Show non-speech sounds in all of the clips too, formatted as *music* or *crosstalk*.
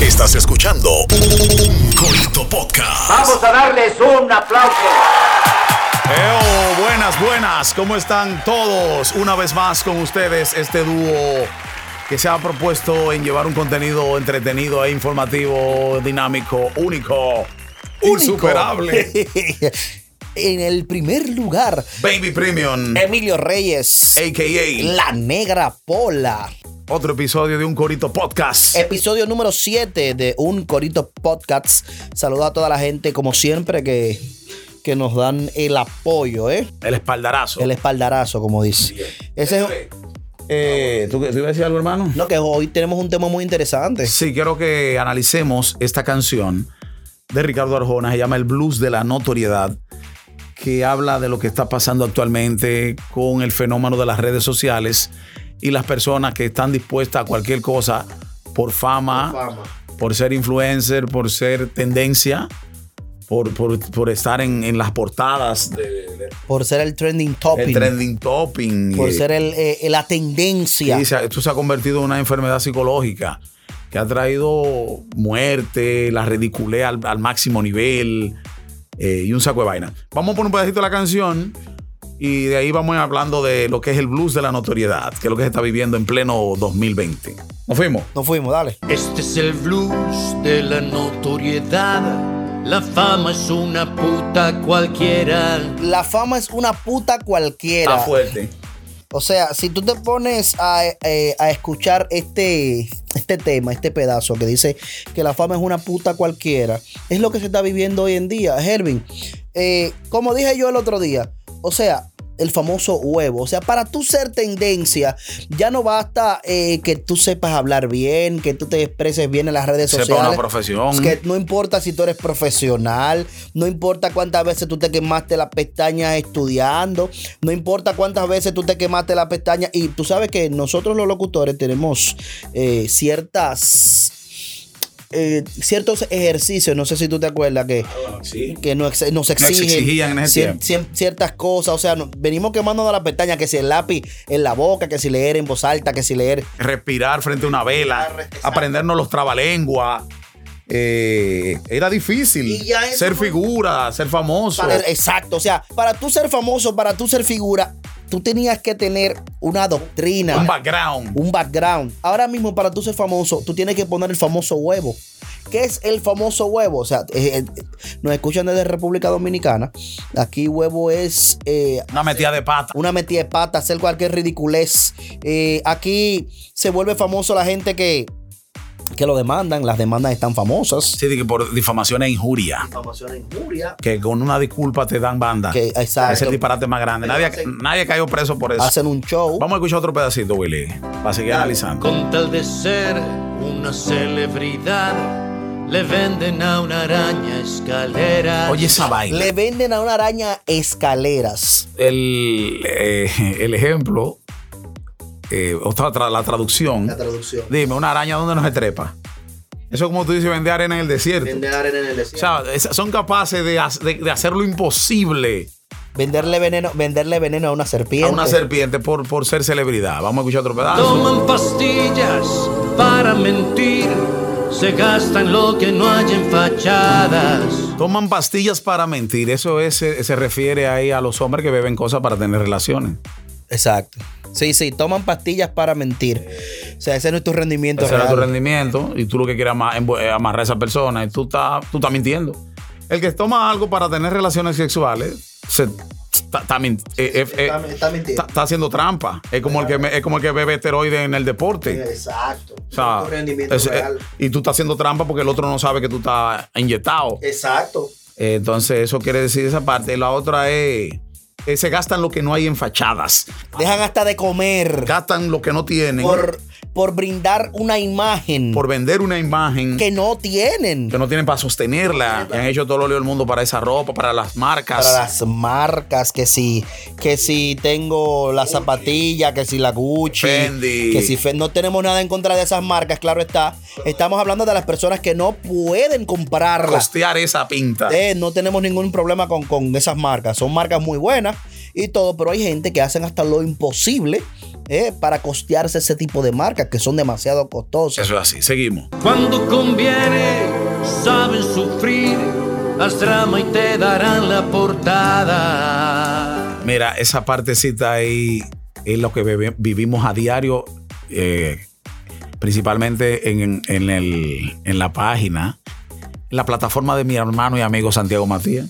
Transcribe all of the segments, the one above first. Estás escuchando un corito podcast. Vamos a darles un aplauso. ¡Eo! Buenas, buenas. ¿Cómo están todos? Una vez más con ustedes este dúo que se ha propuesto en llevar un contenido entretenido e informativo, dinámico, único, Único. *laughs* insuperable. en el primer lugar, Baby Premium, Emilio Reyes, a.k.a. La Negra Pola. Otro episodio de un corito podcast. Episodio número 7 de Un Corito Podcast. Saludo a toda la gente, como siempre, que, que nos dan el apoyo, ¿eh? El espaldarazo. El espaldarazo, como dice. Ese es- Eh, ¿tú, ¿Tú ibas a decir algo, hermano? no, que hoy tenemos un tema muy interesante. Sí, quiero que analicemos esta canción de Ricardo Arjona. Se llama El Blues de la Notoriedad, que habla de lo que está pasando actualmente con el fenómeno de las redes sociales y las personas que están dispuestas a cualquier cosa por fama, por, ser influencer, por ser tendencia, por, por- por estar en, en las portadas del Por ser el trending topic. trending topping. por Eh, ser el, eh, la tendencia. Sí, se ha- esto se ha convertido en una enfermedad psicológica que ha traído muerte, la ridiculez al, al máximo nivel eh, y un saco de vaina. Vamos a poner un pedacito de la canción y de ahí vamos a ir hablando de lo que es el blues de la notoriedad, que es lo que se está viviendo en pleno 2020. Nos fuimos. Nos fuimos, dale. Este es el blues de la notoriedad. La fama es una puta cualquiera. La fama es una puta cualquiera. Está fuerte. O sea, si tú te pones a, eh, a escuchar este, este tema, este pedazo que dice que la fama es una puta cualquiera, es lo que se está viviendo hoy en día, Hervin. eh, como dije yo el otro día, o sea, el famoso huevo. O sea, para tú ser tendencia, ya no basta eh, que tú sepas hablar bien, que tú te expreses bien en las redes Sepa sociales. una profesión. Que no importa si tú eres profesional, no importa cuántas veces tú te quemaste las pestañas estudiando, no importa cuántas veces tú te quemaste las pestañas. Y tú sabes que nosotros los locutores tenemos eh, ciertas. eh, ciertos ejercicios, no sé si tú te acuerdas que, Sí. que nos, ex- nos exigen, exigían en ese cien- tiempo. cien- ciertas cosas, o sea, no- venimos quemándonos las pestañas, que si el lápiz en la boca, que si leer en voz alta, que si leer Respirar frente a una vela, aprendernos los trabalenguas. Eh, era difícil Y ya eso ser no- figura, ser famoso. Para- exacto, o sea, para tú ser famoso, para tú ser figura, tú tenías que tener una doctrina, un background. un background. Ahora mismo, para tú ser famoso, tú tienes que poner el famoso huevo. ¿Qué es el famoso huevo? O sea, eh, eh, nos escuchan desde República Dominicana. Aquí huevo es eh, Una metida de pata. una metida de pata, hacer cualquier ridiculez. Eh, aquí se vuelve famoso la gente que, que lo demandan. Las demandas están famosas. Sí, de que por difamación e injuria. Que con una disculpa te dan banda. Que- exacto. Es el disparate más grande. Nadie, hacen- nadie cayó preso por eso. Hacen un show. pues, Vamos a escuchar otro pedacito, Willy, para seguir analizando. Con tal de ser una celebridad, le venden a una araña escalera. Oye, esa vaina. Le venden a una araña escaleras. El, eh, el ejemplo, eh, o sea, tra- la traducción. traducción. Dime, una araña, ¿dónde nos estrepa? Eso es como tú dices, vender arena en el desierto. arena en el O sea, es- son capaces de, ha- de- de hacer lo imposible Venderle veneno, venderle veneno a una serpiente. a una serpiente por, por ser celebridad. Vamos a escuchar otro pedazo. Toman pastillas para mentir. Se gastan lo que no hay en fachadas. Toman pastillas para mentir. Eso es, eh, se, se refiere ahí a los hombres que beben cosas para tener relaciones. Exacto. Sí, sí, toman pastillas para mentir. O sea, ese no es tu rendimiento Ese era real. tu rendimiento y tú lo que quieres ama- embu- eh, amarrar a esa persona y tú estás tú estás mintiendo. El que toma algo para tener relaciones sexuales se está, está min- eh, eh, eh, está- está mintiendo. está- está haciendo trampa. Es como, el que, me- es como el que bebe esteroides en el deporte. Exacto. O sea, es- eh, y tú estás haciendo trampa porque el otro no sabe que tú estás inyectado. Exacto. Eh, Entonces, eso quiere decir esa parte. La otra es, eh, se gastan lo que no hay en fachadas. Dejan hasta de comer Gastan lo que no tienen por, por, por brindar una imagen vender una imagen que, que no tienen. no tienen para sostenerla. Y han hecho todo lo lío del mundo para esa ropa, para las marcas. Para las marcas, que si, que si tengo la zapatilla, que si la Gucci, Fendi. que si Fe- no tenemos nada en contra de esas marcas, claro está. Estamos hablando de las personas que no pueden comprarlas. costear esa pinta. Eh, no tenemos ningún problema con, con esas marcas. Son marcas muy buenas y todo, pero hay gente que hacen hasta lo imposible eh, para costearse ese tipo de marcas que son demasiado costosas. Eso es así. Seguimos. Cuando conviene, saben sufrir, haz drama y te darán la portada. Mira, esa partecita ahí es lo que bebe- vivimos a diario, eh, principalmente en, en el- en la página, en la plataforma de mi hermano y amigo Santiago Matías.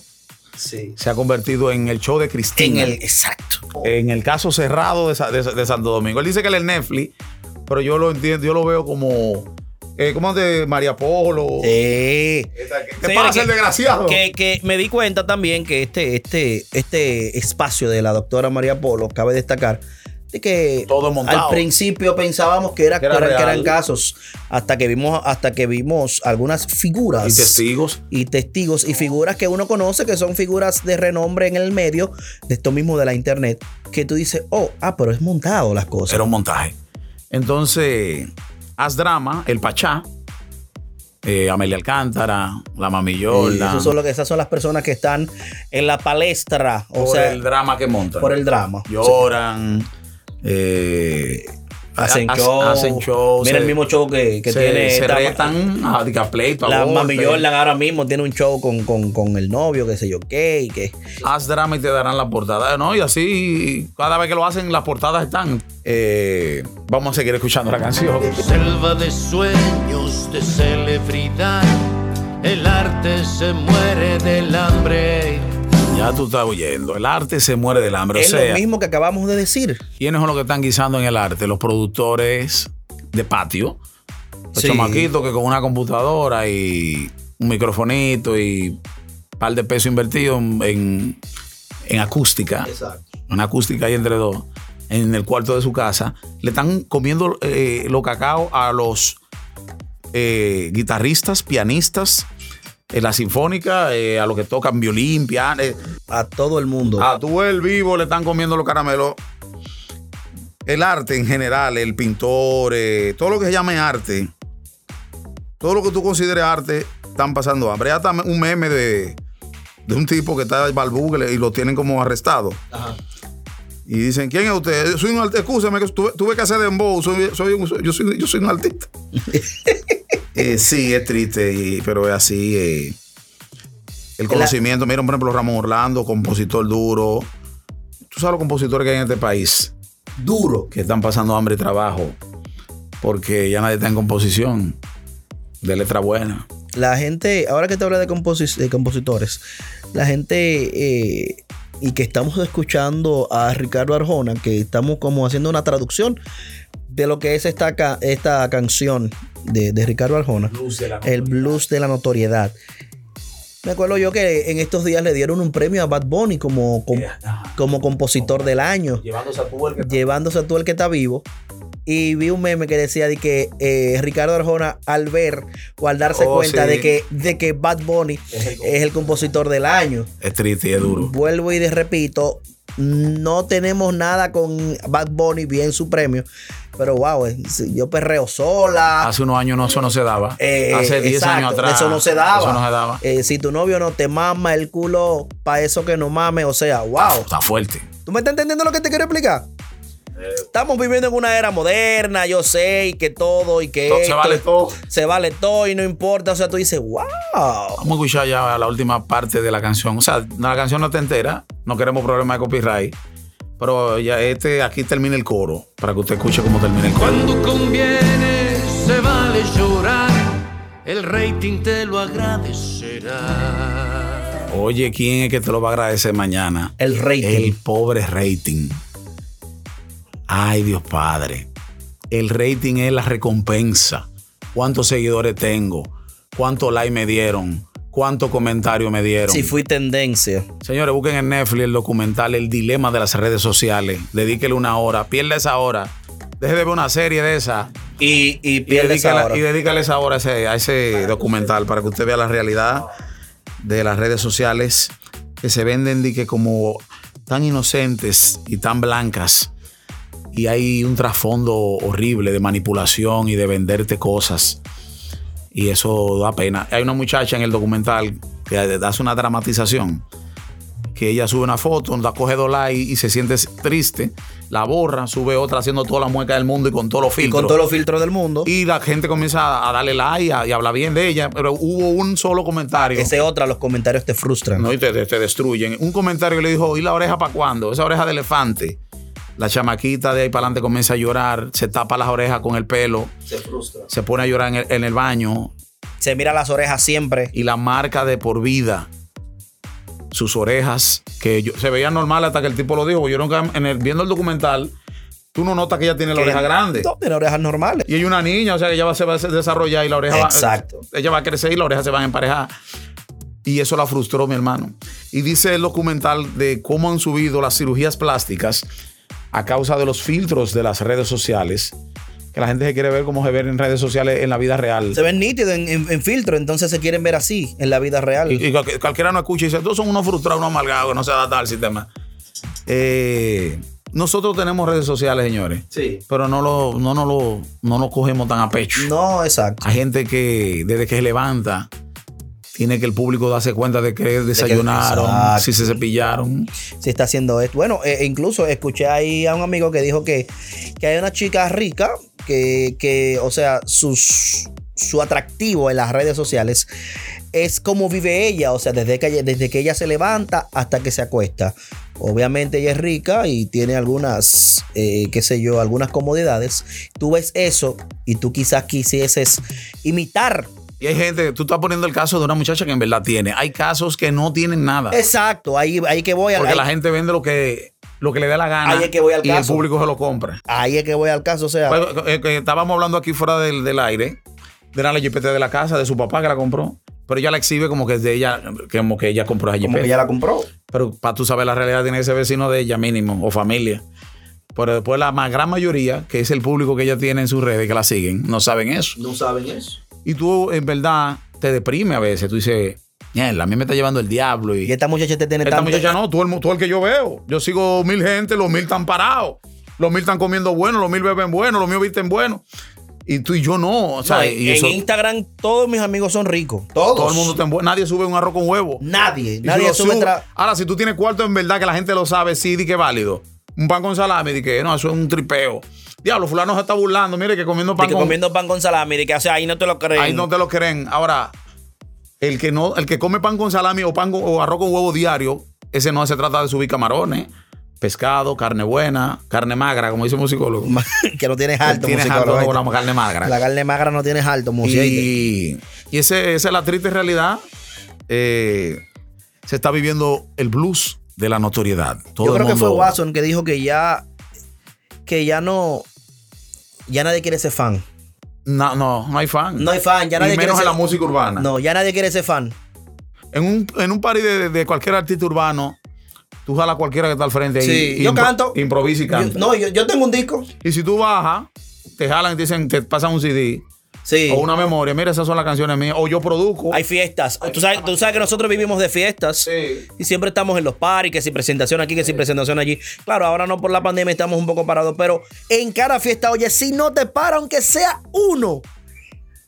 Sí. Se ha convertido en el show de En Cristina. el exacto. en el caso cerrado de, Sa- de Sa- de Santo Domingo. Él dice que él es Netflix, pero yo lo entiendo, yo lo veo como. Eh, como de María Polo. Sí. Esa que- ¿Qué Señores, pasa, el que- desgraciado? Que, que me di cuenta también que este, este, este espacio de la doctora María Polo, cabe destacar, de que Todo montado. al principio pensábamos que, era, Que era que eran- que real. eran casos, hasta que vimos, hasta que vimos algunas figuras. Y testigos. y testigos y figuras que uno conoce, que son figuras de renombre en el medio, de esto mismo de la internet, que tú dices, oh, ah, pero es montado las cosas. Era un montaje. Entonces, Haz Drama, El Pachá, eh, Amelia Alcántara, La Mami Y Yolda, esos son lo que- esas son las personas que están en la palestra, o por sea, el drama que montan. por el drama. Lloran. eh, Hacen ha- ha- show. hacen show, Mira se- el mismo show que, que se, tiene se esta- retan a, a pleito, a La golpe. Mami Jordan ahora mismo tiene un show con, con, con el novio, qué sé yo qué, y que haz drama y te darán la portada. No, y así, cada vez que lo hacen, las portadas están. Eh, vamos a seguir escuchando la canción. Selva de sueños, de celebridad, el arte se muere del hambre. Ya tú estás oyendo. El arte se muere del hambre. es o sea, lo mismo que acabamos de decir. ¿quiénes son los que están guisando en el arte? Los productores de patio. Los Sí. chamaquitos que con una computadora y un microfonito y un par de pesos invertidos en, en- en acústica. Exacto. una acústica ahí entre dos, en el cuarto de su casa, le están comiendo eh, lo cacao a los eh, guitarristas, pianistas, en la sinfónica, eh, a los que tocan violín, piano. eh, A todo el mundo. a tú el vivo le están comiendo los caramelos. El arte en general, el pintor, eh, todo lo que se llame arte, todo lo que tú consideres arte, están pasando hambre. Ya está un meme de, de un tipo que está en Balbugle y lo tienen como arrestado. Y dicen, ¿quién es usted? Yo Soy un artista, escúchame, que tuve, tuve que hacer dembow, soy, soy un- yo, soy, yo soy un artista. Eh, sí, es triste, y- pero es así. eh. El conocimiento, miren, por ejemplo, Ramón Orlando, compositor duro. Tú sabes los compositores que hay en este país Duro. que están pasando hambre y trabajo porque ya nadie está en composición de letra buena. La gente, ahora que te habla de, composi- de compositores, la gente eh, y que estamos escuchando a Ricardo Arjona, que estamos como haciendo una traducción de lo que es esta, ca- esta canción de, de Ricardo Arjona. el blues de la notoriedad. Me acuerdo yo que en estos días le dieron un premio a Bad Bunny como, com- como compositor del año, Llevándose a tu llevándose a tú el que está vivo. Y vi un meme que decía de que eh, Ricardo Arjona al ver o al darse Oh, cuenta sí. de, que, de que Bad Bunny Es el- es el compositor del año. Es triste y es duro. Vuelvo y les repito, no tenemos nada con Bad Bunny, bien su premio. Pero wow, es- yo perreo sola. Hace unos años no, eso no se daba. Eh, Hace 10 exacto, años atrás. Eso no se daba. Eso no se Ah, daba. Eh, si tu novio no te mama el culo, para eso que no mames, o sea, wow. Está fuerte. ¿Tú me estás entendiendo lo que te quiero explicar? Eh. Estamos viviendo en una era moderna, yo sé, y que todo, y que Todo- se esto, vale todo. Se vale todo y no importa. O sea, tú dices, wow. Vamos a escuchar ya la última parte de la canción. O sea, la canción no está entera. No queremos problemas de copyright. Pero ya este, aquí termina el coro. Para que usted escuche cómo termina el coro. Cuando conviene, se vale llorar, el rating te lo agradecerá. Oye, ¿quién es que te lo va a agradecer mañana? El rating. El pobre rating. Ay, Dios Padre. El rating es la recompensa. ¿Cuántos seguidores tengo? ¿Cuántos likes me dieron? ¿Cuántos comentarios me dieron? Si fui tendencia. Señores, busquen en Netflix el documental El Dilema de las Redes Sociales. Dedíquele una hora. Pierda esa hora. Deje de ver una serie de esa. Y, y Y, pierdes dedíquela- ahora. y dedícale esa hora a ese, a ese documental para que usted vea la realidad de las redes sociales que se venden di que como tan inocentes y tan blancas. Y hay un trasfondo horrible de manipulación y de venderte cosas. Y eso da pena. Hay una muchacha en el documental que hace una dramatización que ella sube una foto, la coge dos likes y se siente triste, la borra, sube otra haciendo toda la mueca del mundo y con todos los Y filtros. con todos los filtros del mundo. Y la gente comienza a darle like a- y habla bien de ella, pero hubo un solo comentario. Ese otra, los comentarios te frustran. No, y te, te- te destruyen. Un comentario que le dijo, ¿y la oreja para cuándo? Esa oreja de elefante. La chamaquita de ahí para adelante comienza a llorar, se tapa las orejas con el pelo, Se frustra. se pone a llorar en el, en el baño Se mira las orejas siempre. y la marca de por vida. Sus orejas, que yo- se veían normal hasta que el tipo lo dijo. porque Yo nunca, en el- viendo el documental, tú no notas que ella tiene la oreja grande. No, tiene orejas normales. Y ella es una niña, o sea que ella va, se va a desarrollar y la oreja Exacto. va. Ella va a crecer y las orejas se van a emparejar. Y eso la frustró, mi hermano. Y dice el documental de cómo han subido las cirugías plásticas a causa de los filtros de las redes sociales. Que la gente se quiere ver como se ven en redes sociales en la vida real. Se ven nítidos en, en- en filtro, entonces se quieren ver así en la vida real. Y, y cualque- cualquiera no escucha y dice, todos son unos frustrados, unos amargados, que no se adaptan al sistema. Eh, nosotros tenemos redes sociales, señores. Sí. Pero no lo, no, nos lo, no nos cogemos tan a pecho. No, exacto. Hay gente que desde que se levanta tiene que el público darse cuenta de que desayunaron, exacto. si se cepillaron. Se está haciendo esto. Bueno, e- incluso escuché ahí a un amigo que dijo que, que hay una chica rica que, que, o sea, sus, su atractivo en las redes sociales es como vive ella, o sea, desde que, ella- desde que ella se levanta hasta que se acuesta. Obviamente ella es rica y tiene algunas, eh, qué sé yo, algunas comodidades. Tú ves eso y tú quizás quisieses imitar Y hay gente, tú estás poniendo el caso de una muchacha que en verdad tiene. Hay casos que no tienen nada. Exacto, ahí, ahí que voy al Ah. porque ahí, la gente vende lo que, lo que le da la gana. Ahí es que voy al y caso. el público se lo compra. ahí es que voy al caso, o sea, Bueno, eh, que estábamos hablando aquí fuera del, del aire de la jipeta de la casa, de su papá que la compró. Pero ella la exhibe como que es de ella, que como que ella compró esa como jipeta. que ya la compró. Pero para tú saber la realidad tiene ese vecino de ella mínimo o familia. Pero después la ma- gran mayoría, que es el público que ella tiene en sus redes, que la siguen, no saben eso. No saben eso. Y tú en verdad te deprime a veces. Tú dices, "Mierda, a mí me está llevando el diablo. Y Y esta muchacha te tiene esta tanto- muchacha no, tú el, mu- tú el que yo veo. Yo sigo mil gente, los mil están parados. Los mil están comiendo bueno, los mil beben bueno, los míos visten bueno. Y tú y yo no. O sea, No, y en eso- Instagram todos mis amigos son ricos. Todos. todo el mundo está en bu- Nadie sube un arroz con huevo. Nadie, Y si nadie lo sube sube- tra- Ahora, si tú tienes cuarto, en verdad que la gente lo sabe, sí, di que es válido. Un pan con salami, di que no, eso es un tripeo. Diablo, fulano se está burlando, mire que comiendo de pan que con comiendo pan con salami, de que o sea, ahí no te lo creen. Ahí no te lo creen. Ahora, el que no, el que come pan con salami o pan con- o arroz con huevo diario, ese no se trata de subir camarones, pescado, carne buena, carne magra, como dice un musicólogo. *laughs* que no tienes alto, Tienes música, algo ¿verdad? con la carne magra. La carne magra no tienes alto, música. Y, y ese- esa es la triste realidad. Eh, se está viviendo el blues de la notoriedad. Todo Yo el creo que fue mundo- Watson que dijo que ya que ya no ya nadie quiere ser fan. No, no, no hay fan. No hay fan, ya nadie y quiere menos en ser la música urbana. No, ya nadie quiere ser fan. En un, en un party de, de cualquier artista urbano, tú jalas cualquiera que está al frente. Sí, y, yo impro- canto. Improvisa y canta. Yo- no, yo, yo tengo un disco. Y si tú bajas, te jalan y te dicen, te pasan un CD Sí. o una memoria. Mira, esas son las canciones mías. O yo produzco. Hay fiestas. Tú sabes, tú sabes que nosotros vivimos de fiestas. Sí. Y siempre estamos en los paris, que si presentación aquí, que si presentación allí. Claro, ahora no por la pandemia estamos un poco parados, pero en cada fiesta, oye, si no te para, aunque sea uno.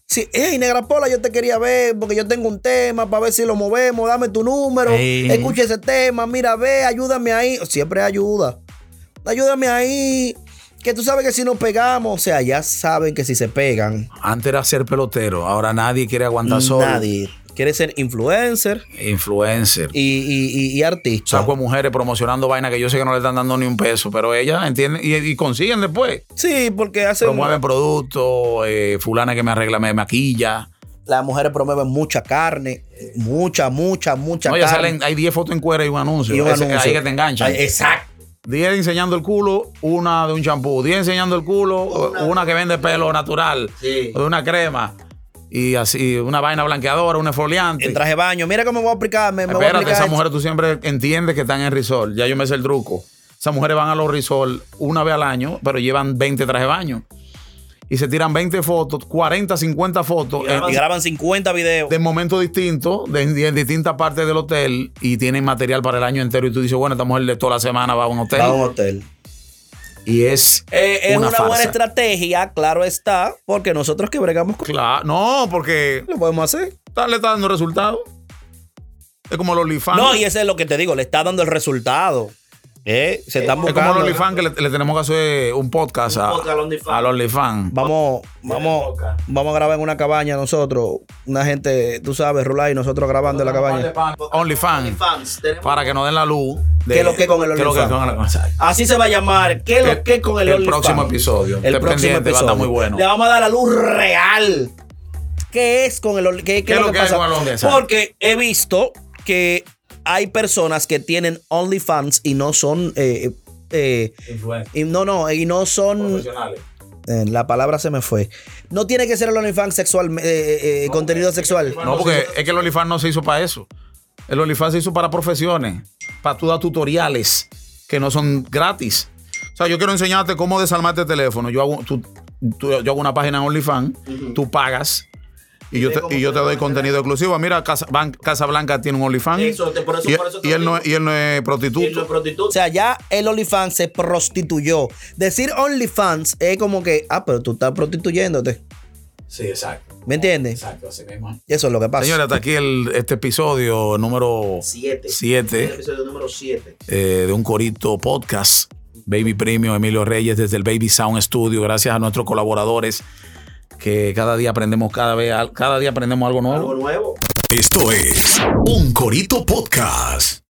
Si, hey, Negra Pola, yo te quería ver porque yo tengo un tema para ver si lo movemos. Dame tu número, Ey. escucha ese tema, mira, ve, ayúdame ahí. Siempre ayuda. Ayúdame ahí. Que tú sabes que si nos pegamos, o sea, ya saben que si se pegan, Antes era ser pelotero, ahora nadie quiere aguantar solo. nadie quiere ser influencer Influencer. y, y- y- y artista. Saco de mujeres promocionando vainas que yo sé que no le están dando ni un peso, pero ellas entienden y, y consiguen después. Sí, porque hacen. Promueven productos, eh, fulana que me arregla, me maquilla. las mujeres promueven mucha carne, mucha, mucha, mucha No, ya carne. salen, hay 10 fotos en cuera y un anuncio. y un Ese- anuncio. Ahí que te enganchan. Ay, Exacto. 10 enseñando el culo, una de un champú. 10 enseñando el culo, una, que vende pelo natural, Sí. o de una crema. Y así, una vaina blanqueadora, un exfoliante. En traje de baño. Mira cómo me voy a aplicar. Me, me voy a Espérate, aplicar esas esto. mujeres tú siempre entiendes que están en risol. Ya yo me sé el truco. Esas mujeres van a los risol una vez al año, pero llevan 20 trajes de baño. Y se tiran 20 fotos, 40, 50 fotos en, Y graban 50 videos. de momentos distintos, de, de- en distintas partes del hotel, y tienen material para el año entero. Y tú dices, bueno, esta mujer de toda la semana va a un hotel. Va a un hotel. Y es, Eh, es una, buena farsa. estrategia, claro está, porque nosotros que bregamos con Claro, no, porque lo podemos hacer. está- le está dando resultado. Es como los OnlyFans. No, y eso es lo que te digo, le está dando el resultado. ¿Eh? Se están es como buscando. los OnlyFans que le, le tenemos que hacer un podcast, a, podcast al OnlyFans. al OnlyFans. Vamos, vamos, vamos a grabar en una cabaña nosotros. Una gente, tú sabes, rular y nosotros grabando en la cabaña. OnlyFans. OnlyFans, tenemos- Para que nos den la luz. de- ¿Qué es lo que con el qué es lo que OnlyFans? con el- exacto. Así se va a llamar. ¿Qué es lo que con el el OnlyFans? próximo episodio. El Esté próximo pendiente, va a estar episodio. muy bueno. Le vamos a dar la luz real. ¿Qué es con el Only- ¿Qué, qué ¿Qué es lo que hay pasa? con el OnlyFans? Porque he visto que hay personas que tienen OnlyFans y no son. eh, eh, y no, no, y no son. eh, la palabra se me fue. No tiene que ser el OnlyFans sexual, eh, eh, eh, contenido sexual. No, porque es que el OnlyFans no se hizo para eso. El OnlyFans se hizo para profesiones, para tú dar tutoriales que no son gratis. O sea, yo quiero enseñarte cómo desarmarte el teléfono. Yo hago, tú- tú- yo hago una página en OnlyFans, tú pagas y yo, te, y yo te doy contenido exclusivo. Mira, Casa, Ban- Casablanca tiene un OnlyFans Eso, te- por eso- y, por eso te y lo él no, digo. es- y él no es prostituto. Y los O prostitutos. sea, ya el OnlyFans se prostituyó. Decir OnlyFans es como que, ah, pero tú estás prostituyéndote. Sí, exacto. ¿Me entiendes? Exacto, así mismo. Eso es lo que pasa. Señores, hasta aquí el, este episodio número Siete. 7. El episodio número 7. eh, de un corito podcast. Baby Premium, Emilio Reyes desde el Baby Sound Studio. Gracias a nuestros colaboradores que cada día aprendemos cada vez al- cada día aprendemos algo nuevo. Algo nuevo. Esto es Un Corito Podcast.